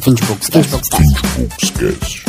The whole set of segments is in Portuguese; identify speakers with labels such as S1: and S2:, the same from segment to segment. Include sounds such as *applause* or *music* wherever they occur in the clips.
S1: 20 e poucos, 20 e poucos casos.
S2: Esquece.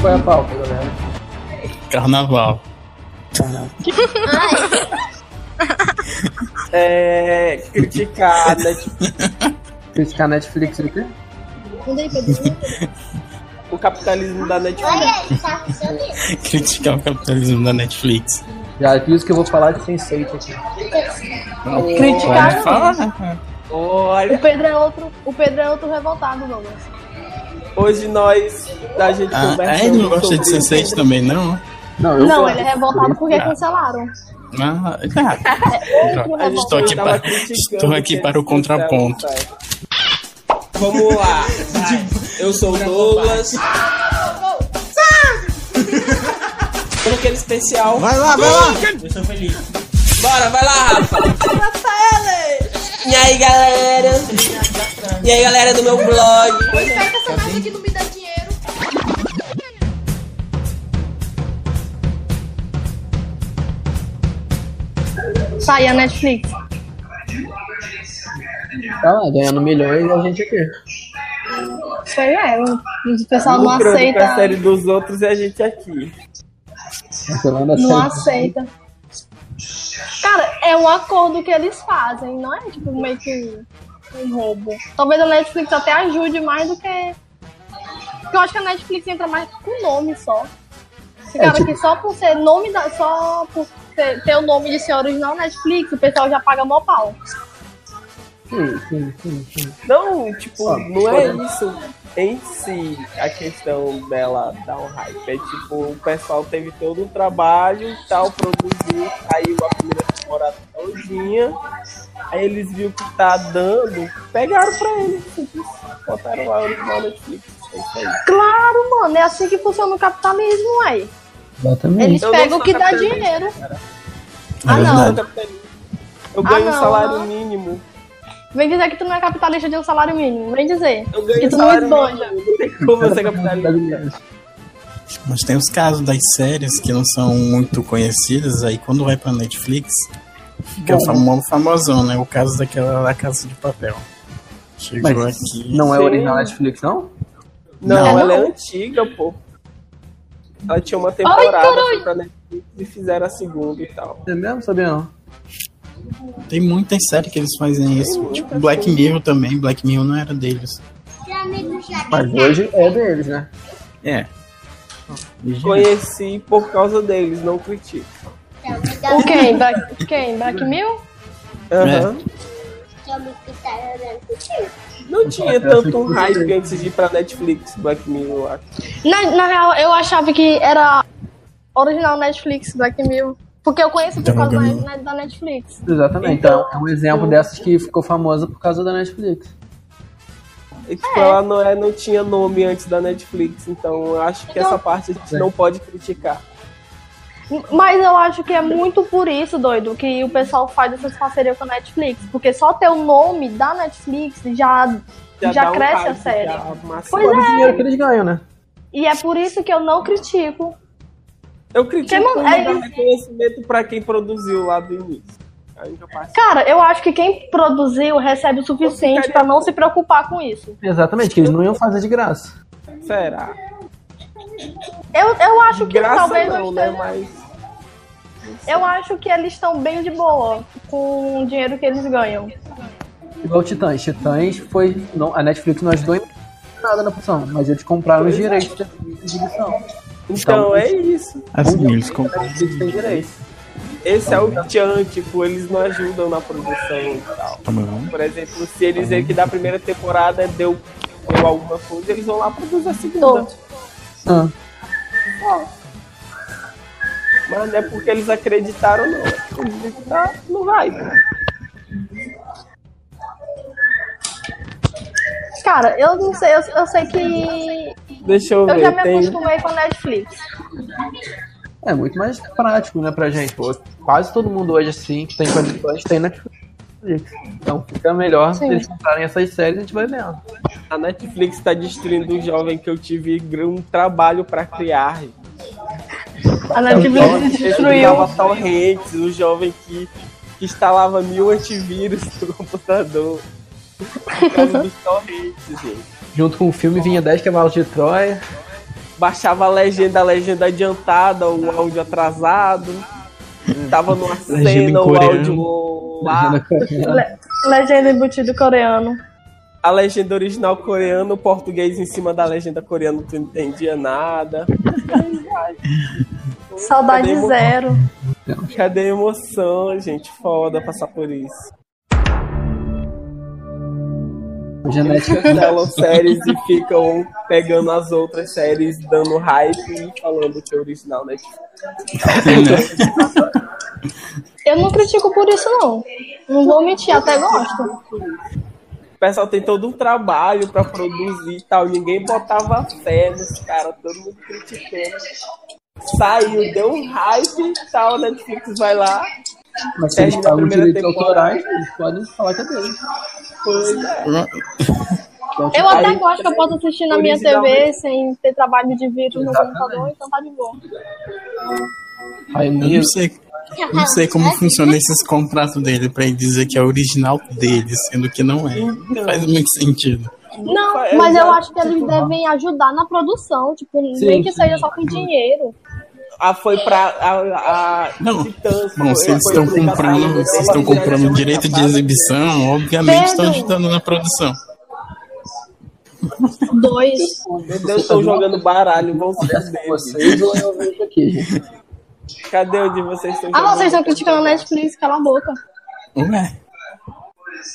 S3: Qual é a pauta, galera?
S1: Carnaval. *laughs*
S3: É. tipo, criticar a *laughs* Netflix. criticar a Netflix o quê? *laughs* O capitalismo da Netflix.
S1: Criticar o capitalismo da Netflix.
S3: Já vi os que eu vou falar de Sense8 aqui.
S1: Pode
S4: Criticar.
S1: falar.
S4: O
S3: Olha,
S4: Pedro é outro, o Pedro é outro revoltado, Douglas.
S3: hoje nós. A gente
S1: Ah,
S3: conversando
S1: ah, ele não gosta de
S3: sobre-
S1: sensei também, não?
S3: Não, eu
S4: Não,
S3: gosto.
S4: ele é revoltado porque cancelaram.
S1: Ah, tá.
S3: A gente
S1: Estou aqui
S3: tava
S1: para-
S3: criticando
S1: estou aqui
S3: que
S1: para o
S3: eles
S1: contraponto.
S3: fizeram, sabe? Vamos lá. Eu sou o Douglas. Tô Naquele especial.
S5: Vai lá, vai lá!
S3: Bora, vai lá, Rafa. E aí, galera? E aí, galera do meu blog?
S6: Pega essa merda que não me dá dinheiro.
S4: Sai a Netflix.
S3: Tá lá, ganhando milhões a gente aqui.
S4: Isso aí é. O o pessoal não
S3: com a série
S4: aceita.
S3: dos outros e a gente aqui. Cancelando a
S4: Não aceita. Cara, é um acordo que eles fazem, não é tipo meio que um roubo. Talvez a Netflix até ajude mais do que. Porque eu acho que a Netflix entra mais com nome só. Esse cara que só por ser nome da. Só por ter, ter o nome de senhor original Netflix, o pessoal já paga mó pau.
S3: Não, tipo, não é isso em si a questão dela dar um hype. É tipo, o pessoal teve todo o trabalho e tal, produziu, saiu a primeira temporada todinha. Aí eles viram que tá dando, pegaram pra eles, simples. botaram lá no Netflix. É isso aí.
S4: Claro, mano, é assim que funciona o capitalismo, ué.
S5: Hum.
S4: Eles
S3: Eu não
S4: pegam
S3: sou
S4: o que dá
S3: capitalista,
S4: dinheiro.
S1: É
S4: Ah, não.
S1: verdade.
S3: Eu
S4: Ah,
S3: ganho um
S4: não,
S3: salário
S4: não.
S3: mínimo.
S4: Vem dizer que tu não é capitalista de um salário mínimo. Vem dizer.
S3: Eu ganho
S4: Que tu
S3: um
S4: não é
S3: salário
S4: esbanja.
S3: mínimo. Não tem como
S5: *laughs*
S3: você capitalizar.
S1: Mas tem os casos das séries que não são muito conhecidas, aí quando vai pra Netflix, fica famo- famosão, né? O caso daquela da Casa de Papel. Chegou
S5: Mas
S1: aqui.
S5: Não é
S3: Sim.
S5: original Netflix, não?
S3: Não,
S1: Não.
S3: ela é antiga, pô. Ela tinha uma temporada foi pra Netflix e fizeram a segunda e tal.
S5: É mesmo? Sabia não?
S1: Tem muitas séries que eles fazem isso. Tipo, Black Mirror também. Black Mirror não era deles.
S5: Mas hoje é deles, né?
S1: É.
S3: Conheci por causa deles, não critico.
S4: O quem? Black, quem? Black Mill?
S3: Aham.
S4: É.
S3: Não tinha tanto hype antes de ir pra Netflix, Black Mirror, eu acho.
S4: Na, na real, eu achava que era original Netflix, Black Mill. Porque eu conheço por
S1: Então,
S4: causa
S1: Gabi.
S4: da, da Netflix.
S5: Exatamente. Então, é um exemplo dessas que ficou famosa por causa da Netflix.
S3: E, tipo, ela não, é, não tinha nome antes da Netflix, então eu acho que essa parte a gente não pode criticar.
S4: Mas eu acho que é muito por isso, doido, que o pessoal faz essas parcerias com a Netflix. Porque só ter o nome da Netflix já, já,
S3: dá um
S4: cresce a
S3: hype,
S4: série.
S3: já amassa.
S4: Pois é.
S5: O dinheiro que eles ganham, né?
S4: E é por isso que eu não critico.
S3: Eu critico
S4: Quem manda-
S3: mas
S4: é
S3: dá
S4: isso.
S3: reconhecimento pra quem produziu lá do início. A única parte.
S4: Cara, eu acho que quem produziu recebe o suficiente pra não se preocupar com isso.
S5: Exatamente, que eles não iam fazer de graça.
S3: Será?
S4: Eu, eu acho que
S3: Graça
S4: talvez
S3: não,
S4: eu
S3: né?
S4: esteja...
S3: Mas.
S4: Eu acho que eles estão bem de boa com o dinheiro que eles ganham.
S5: Igual Titãs. Titãs foi. Não, a Netflix não ajudou em nada na produção, mas eles compraram os direitos de exibição.
S3: Então é isso.
S1: Assim, eles
S5: A
S1: compram.
S5: Netflix tem direito.
S3: Esse é o tchan, tipo, eles não ajudam na produção e tal.
S1: é
S3: Por exemplo, se eles dizerem que da primeira temporada deu, deu alguma coisa, eles vão lá produzir a segunda.
S4: Todos.
S5: Ah,
S3: Mas não é porque eles acreditaram, não. É porque eles tá no hype.
S4: Cara, eu não sei, eu, eu sei que
S3: Deixa eu,
S4: eu
S3: ver.
S4: já me
S3: tem-
S4: acostumei com Netflix.
S5: é muito mais prático, né, pra gente. Pô, quase todo mundo hoje, assim, que tem condições, tem Netflix. Então fica melhor
S4: Sim.
S5: eles comprarem essas séries e a gente vai vendo.
S3: A Netflix tá destruindo um jovem que eu tive gr- um trabalho pra criar. Então,
S4: A Netflix
S3: Ele
S4: destruiu.
S3: dava torrentes, o jovem que, que instalava mil antivírus *laughs* no computador. Por causa dos torrentes, gente.
S5: Junto com o filme vinha 10 cavalos de Troia.
S3: Baixava a legenda, a legenda adiantada, o áudio atrasado. Tava numa
S5: Legenda em
S3: cena, o
S5: coreano.
S3: áudio lá.
S5: Legenda-
S4: Le- Legenda embutido coreano.
S3: A legenda original coreana, o português em cima da legenda coreana, tu não entendia nada.
S4: Saudade
S3: Cadê o-
S4: zero.
S3: Cadê a emoção, gente? Foda passar por isso.
S5: Hoje a Netflix-
S3: *laughs* cancelam séries e ficam pegando as outras séries, dando hype e falando que é original Netflix.
S4: Eu não critico por isso, não. Não vou mentir, até gosto.
S3: O pessoal tem todo um trabalho pra produzir e tal. Ninguém botava fé nos caras, todo mundo criticando. Saiu, deu um hype e tal. Netflix vai lá.
S5: Mas se eles
S3: Termina a
S5: pagam
S3: primeira
S5: direitos
S3: temporada.
S5: autorais, eles podem falar que é deles.
S3: Pois é.
S5: Então,
S4: Eu até
S3: Aí,
S4: gosto que eu posso assistir na minha TV
S3: originalmente.
S4: sem ter trabalho de vírus no
S5: Exatamente.
S4: computador, então tá de boa.
S5: Aí,
S1: Eu não sei, eu não sei como funciona esses contratos dele pra ele dizer que é original dele, sendo que não é. Não faz muito sentido.
S4: Não,
S3: fa- é
S4: mas eu
S3: exato,
S4: acho que eles devem ajudar na produção, tipo,
S5: Sim,
S4: nem que
S5: sim.
S4: seja só com dinheiro.
S3: Ah, foi pra. A, a
S1: Não.
S3: Titãs,
S1: Bom,
S3: foi-
S1: se eles
S3: Então, foi
S1: estão
S3: pro
S1: comprando,
S3: catálogo
S1: se eles
S3: dela,
S1: estão
S3: já deixou
S1: comprando direito de
S3: acabada.
S1: exibição, obviamente estão
S4: Pedro.
S1: ajudando na produção.
S4: Dois.
S3: Meu Deus, estão jogando baralho, vão se fuder.
S5: vocês ou eu vejo aqui, gente?
S3: Cadê onde vocês estão
S4: Ah, não, vocês estão
S3: jogando?
S4: criticando a Netflix, cala a boca.
S1: Ué,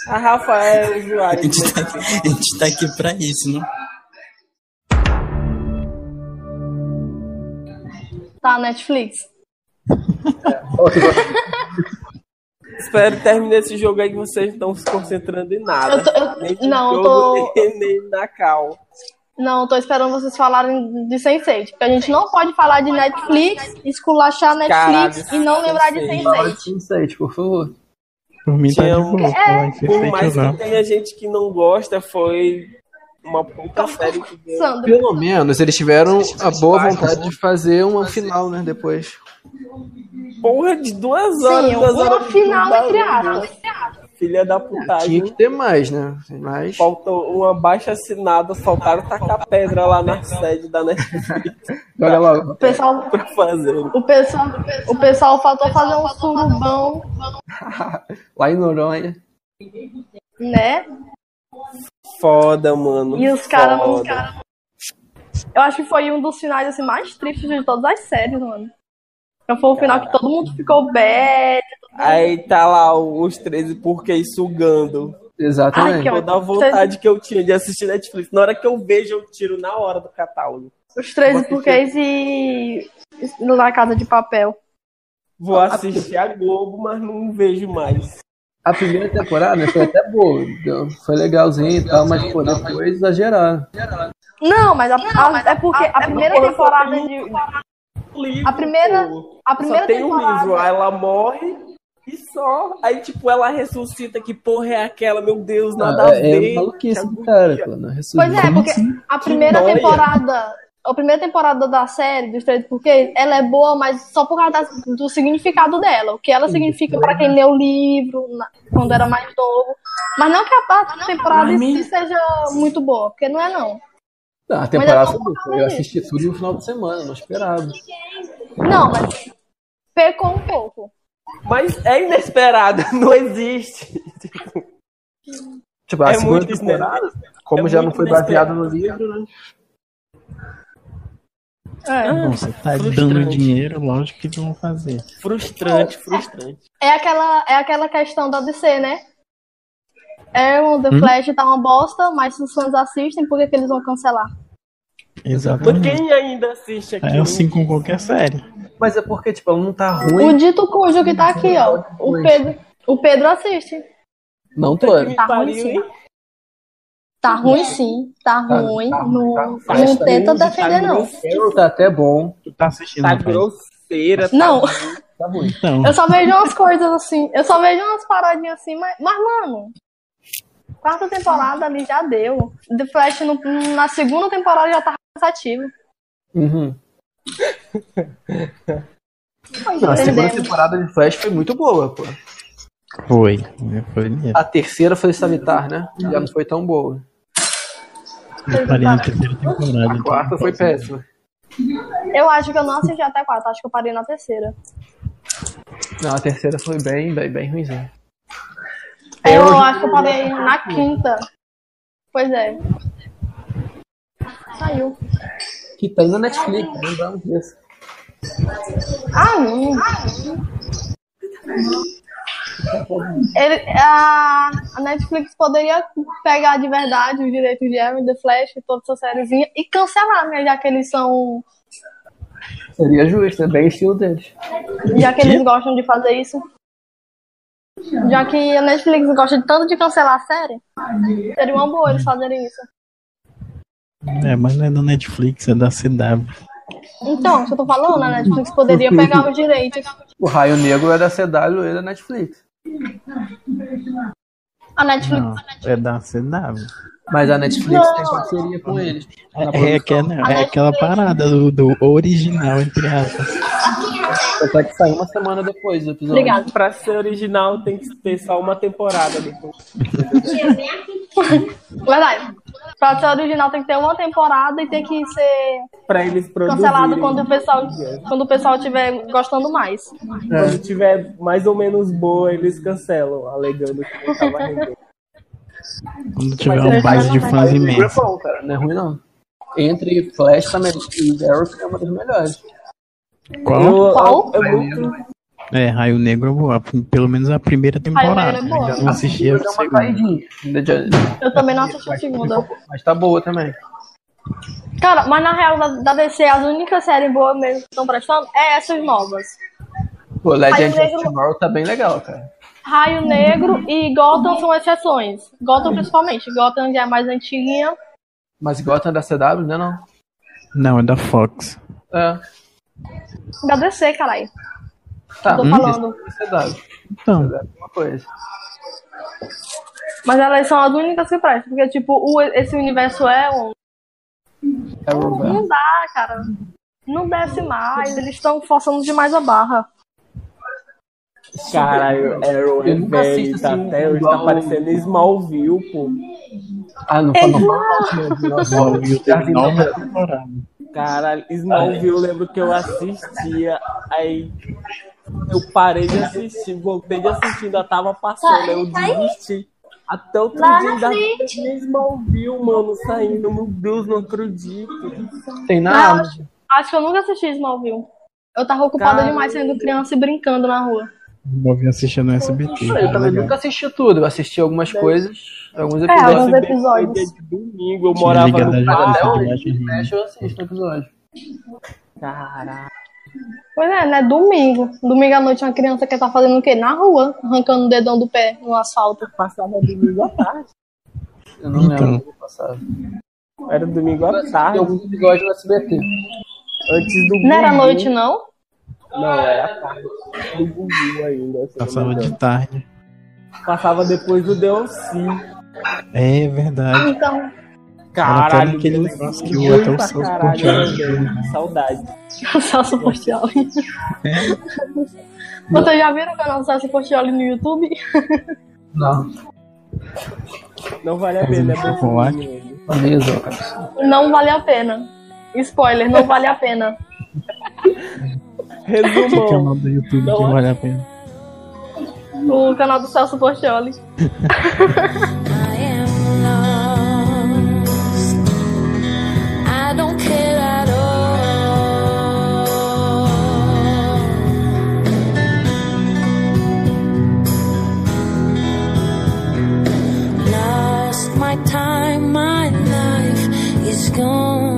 S3: A Rafa é
S1: a *laughs*
S3: usuária.
S1: gente tá, a gente tá aqui pra isso, não?
S4: Tá, Netflix.
S3: Espero que termine esse jogo aí que vocês não estão se concentrando em nada.
S4: Eu tô- eu-
S3: nem no
S4: não,
S3: jogo,
S4: eu tô-
S3: nem, *laughs* nem na cal.
S4: Não, tô esperando vocês falarem de Sense8, porque a gente não pode falar de Netflix, esculachar Netflix
S3: Caralho,
S4: e não lembrar de
S3: Sense8.
S4: Sense8.
S5: Sensei, por favor.
S1: Por mim
S3: tá de boa,
S1: É,
S3: Por mais
S5: né?
S3: que tenha gente que não gosta, foi uma puta série que deu.
S4: Sandro,
S5: Pelo menos eles tiveram a boa vontade de fazer uma final, né? Depois.
S3: Porra de duas horas.
S4: sim,
S3: duas
S4: uma
S3: horas né?
S4: final entre aspas.
S3: Filha da
S5: Tinha
S3: putagem.
S5: que ter mais, né? Mas.
S3: Faltou uma baixa assinada, soltaram tacar pedra lá na sede da Netflix *laughs*
S5: Olha lá.
S4: O pessoal,
S3: pra fazer.
S4: o pessoal, o pessoal faltou fazer um surubão,
S5: Lá em Noronha.
S4: né?
S3: Foda, mano.
S4: E os caras não.
S3: foda.
S4: Eu acho que foi um dos finais assim, mais tristes de todas as séries, mano. Então foi o final que todo mundo ficou bad.
S3: Aí tá lá os 13 porquês sugando.
S4: Ai, que
S5: Exatamente.
S4: ódio.
S3: Vou dar a vontade que eu tinha de assistir Netflix. Na hora que eu vejo, eu tiro na hora do catálogo.
S4: Os 13 porquês e. Na Casa de Papel.
S3: Vou
S4: Ah,
S3: assistir a Globo, mas não vejo mais.
S5: A primeira temporada foi até boa. deu- Foi legalzinho e tal, mas pô, depois exageraram.
S4: Não, mas, a, a- é porque um a, primeira
S3: porra,
S4: temporada
S3: só
S4: de.
S3: Livro,
S4: A primeira-
S3: pô.
S4: A primeira
S3: só tem um
S4: temporada.
S3: livro, aí ela morre e só. Aí, tipo, ela ressuscita. Que porra é aquela? Meu Deus, nada a
S5: é, é
S3: ver.
S5: maluquice
S3: Que
S5: do
S3: agonia.
S5: cara, pô. né? assim. Não
S4: Pois é,
S5: ressuscita.
S4: porque a primeira
S3: nóia.
S4: temporada. A primeira temporada da série dos três porquês, ela é boa, mas só por causa da- do significado dela. O que ela significa pra quem leu o livro na- quando era mais novo. Mas não que a, a temporada em si seja muito boa, porque não é não.
S5: Não, Ah, a temporada
S4: eu tô
S5: eu,
S4: falando
S5: eu assisti tudo no final de semana, não esperava.
S4: Não, mas pecou um pouco.
S3: Mas é inesperado, *laughs* não existe.
S5: Tipo, a
S3: É
S5: segunda
S3: muito
S5: temporada, como
S3: é
S5: já não
S3: muito
S5: foi baseado no livro, né?
S1: Bom, você tá dando
S3: frustrante.
S1: dinheiro, lógico que vão fazer.
S3: Frustrante, frustrante.
S4: É aquela, é aquela questão da DC, né? É o
S5: Hum?
S4: The Flash tá uma bosta, mas se os fãs assistem, por que, que eles vão cancelar?
S3: Mas
S1: Exatamente.
S3: quem ainda assiste aqui? um
S1: É assim com qualquer série.
S5: Mas é porque, tipo, ela não tá
S4: O
S5: ruim.
S4: dito cujo que tá aqui, ó. O Pedro, o Pedro assiste.
S5: Não tô.
S3: Puta que me
S4: Tá ruim,
S3: pariu,
S4: sim.
S3: hein?
S4: Tá ruim sim, tá ruim.
S5: tá
S4: não
S5: ruim, tá ruim.
S4: não tenta
S5: Tá
S4: defender, não.
S5: Arrow Tá até bom.
S1: Tu tá assistindo.
S3: Tá
S1: rapaz?
S3: grosseira. tá-
S4: Não,
S5: Tá ruim.
S1: Então,
S4: eu só vejo umas coisas assim. Eu só vejo umas paradinhas assim, mas, mas mano. Quarta temporada ali já deu. The Flash no- na segunda temporada já tava cansativo.
S5: Uhum. Não, a segunda
S4: Perdemos.
S5: temporada de Flash foi muito boa, pô.
S1: foi. né, Foi mesmo.
S5: A terceira foi Savitar, né? Já não foi tão boa.
S1: Eu parei
S4: tá.
S1: na terceira temporada.
S5: A quarta foi péssima.
S4: Eu acho que eu não assisti até a quarta, acho que eu parei na terceira.
S5: Não, a terceira foi bem, bem, bem ruimzinha.
S4: Eu,
S5: Eu já-
S4: acho que eu parei na quinta. Pois é. Saiu.
S5: Que tem na Netflix, né? lembramos disso.
S4: Ah, não. Ele- a, a Netflix poderia pegar de verdade os direitos de Arrow, The Flash, todas essas sériezinhas e cancelar, né? Já que eles são.
S5: Seria justo, é bem estilo deles.
S4: Já que eles gostam de fazer isso. Já que a Netflix gosta de tanto de cancelar a série, seria uma boa eles fazerem isso.
S1: É, mas não é da Netflix, é da CW.
S4: Então, se eu tô falando, a Netflix poderia pegar os direitos.
S5: O Raio Negro é da CW e é da Netflix.
S4: A Netflix.
S1: Não, é da CW.
S5: Mas a Netflix tem
S4: Não.
S5: parceria com eles. Na
S1: É, é,
S5: produção.
S1: aquela, é aquela parada do, do original, entre aspas.
S5: Até que saiu uma semana depois do episódio.
S4: Obrigada.
S3: Pra ser original tem que ter só uma temporada depois.
S4: Verdade. Pra ser original tem que ter uma temporada e tem que ser
S3: Pra eles produzirem.
S4: cancelado quando o pessoal quando o pessoal estiver gostando mais.
S5: É.
S3: Quando tiver mais ou menos boa, eles cancelam, alegando que não tava rendendo.
S1: Quando tiver
S4: eu
S1: uma
S4: já
S1: base de
S4: não
S1: fãs
S5: O livro é
S1: imensa.
S5: bom, cara, não é ruim não. Entre Flash também e Arrow é uma das melhores.
S1: Qual?
S4: Qual?
S3: Eu, eu muito...
S1: É, Raio Negro é boa. Pelo menos a primeira temporada.
S4: Negro é boa.
S1: Eu não assisti a
S5: Deu uma
S1: segunda.
S5: caidinha.
S4: Eu também não assisti a segunda.
S5: Mas tá boa também.
S4: Cara, mas na real da, da DC, as únicas séries boas mesmo que estão prestando é essas novas.
S5: Pô, Legend
S4: Raio
S5: of
S4: Negro-
S5: Tomorrow tá bem legal, cara.
S4: Raio Negro e Gotham são exceções. Gotham principalmente. Gotham já é mais antiguinha.
S5: Mas Gotham é da CW, né não?
S1: Não, é da Fox.
S5: É.
S4: Da DC, caralho.
S5: Tá,
S4: Tô
S5: mas
S4: falando.
S5: isso é da CW.
S1: Então,
S5: É uma coisa.
S4: Mas elas são as únicas que prestam. Porque, tipo, o, esse universo é um
S5: Arrow, velho.
S4: Não dá, cara. Não desce mais. Eles estão forçando demais a barra.
S3: Caralho, Arrow é
S5: Eu nunca
S3: bem,
S5: assisto
S3: tá
S5: assim,
S3: até hoje, tá
S5: igual-
S3: parecendo Smallville, pô.
S5: Ah, não
S4: É
S5: fala mal.
S1: Smallville teve nova temporada.
S3: Caralho, Smallville, eu lembro que eu assistia, aí eu parei de assistir, voltei de assistir, ainda tava passando, aí eu desisti. Até outro
S4: Lá
S3: dia
S4: na
S3: ainda
S4: frente.
S3: tinha Smallville, mano, saindo, meu Deus, não acredito.
S5: Tem na
S4: Não,
S5: Amazon.
S4: Acho que eu nunca assisti Smallville. Eu tava ocupada
S3: Cara.
S4: demais sendo criança e brincando na rua.
S1: Eu vim assistindo no SBT.
S5: Eu também
S1: né? legal.
S5: nunca assisti tudo. Eu assisti algumas coisas, alguns
S4: alguns
S5: episódios.
S4: episódios. episódios.
S3: Foi dia de domingo, eu
S1: Tinha
S3: morava
S1: ligado a
S3: no
S1: janela.
S5: Até
S3: carro.
S5: o Flash eu assisto o episódio.
S3: Caralho.
S4: Pois é, né? Domingo. Domingo à noite, uma criança quer tá fazendo o quê? Na rua, arrancando o dedão do pé no asfalto.
S3: Passava domingo à tarde.
S5: Eu não
S1: Então.
S5: lembro do passado.
S3: Era domingo à
S5: Tem
S3: tarde,
S5: alguns episódios no SBT.
S3: antes do
S4: Não era à
S3: Gugu.
S4: noite, não?
S3: Não, era à tarde. Do Gugu ainda. se eu não me
S1: Passava
S3: engano.
S1: de tarde.
S3: Passava depois do Delci.
S1: É verdade.
S4: Então. *laughs*
S1: Era até
S3: Caralho,
S1: aquele
S3: Delci.
S1: negócio que o até o
S3: Eita,
S1: Celso
S3: caralho,
S1: Portiolli
S3: meu Deus, Saudade.
S4: Celso Portioli. Vocês já viram o canal do Celso Portioli no YouTube? *laughs*
S5: Não.
S3: Não vale a é pena, é bom
S1: Chocolate.
S3: filme ele.
S5: Três horas.
S4: Não vale a pena. Spoiler, não vale a pena.
S1: Tem
S3: Resumão.
S1: canal do YouTube
S3: Não
S1: que
S3: é?
S1: vale a pena.
S4: No canal do Celso Portioli.
S2: I am lost. I don't care at all. Lost my time, my life is gone.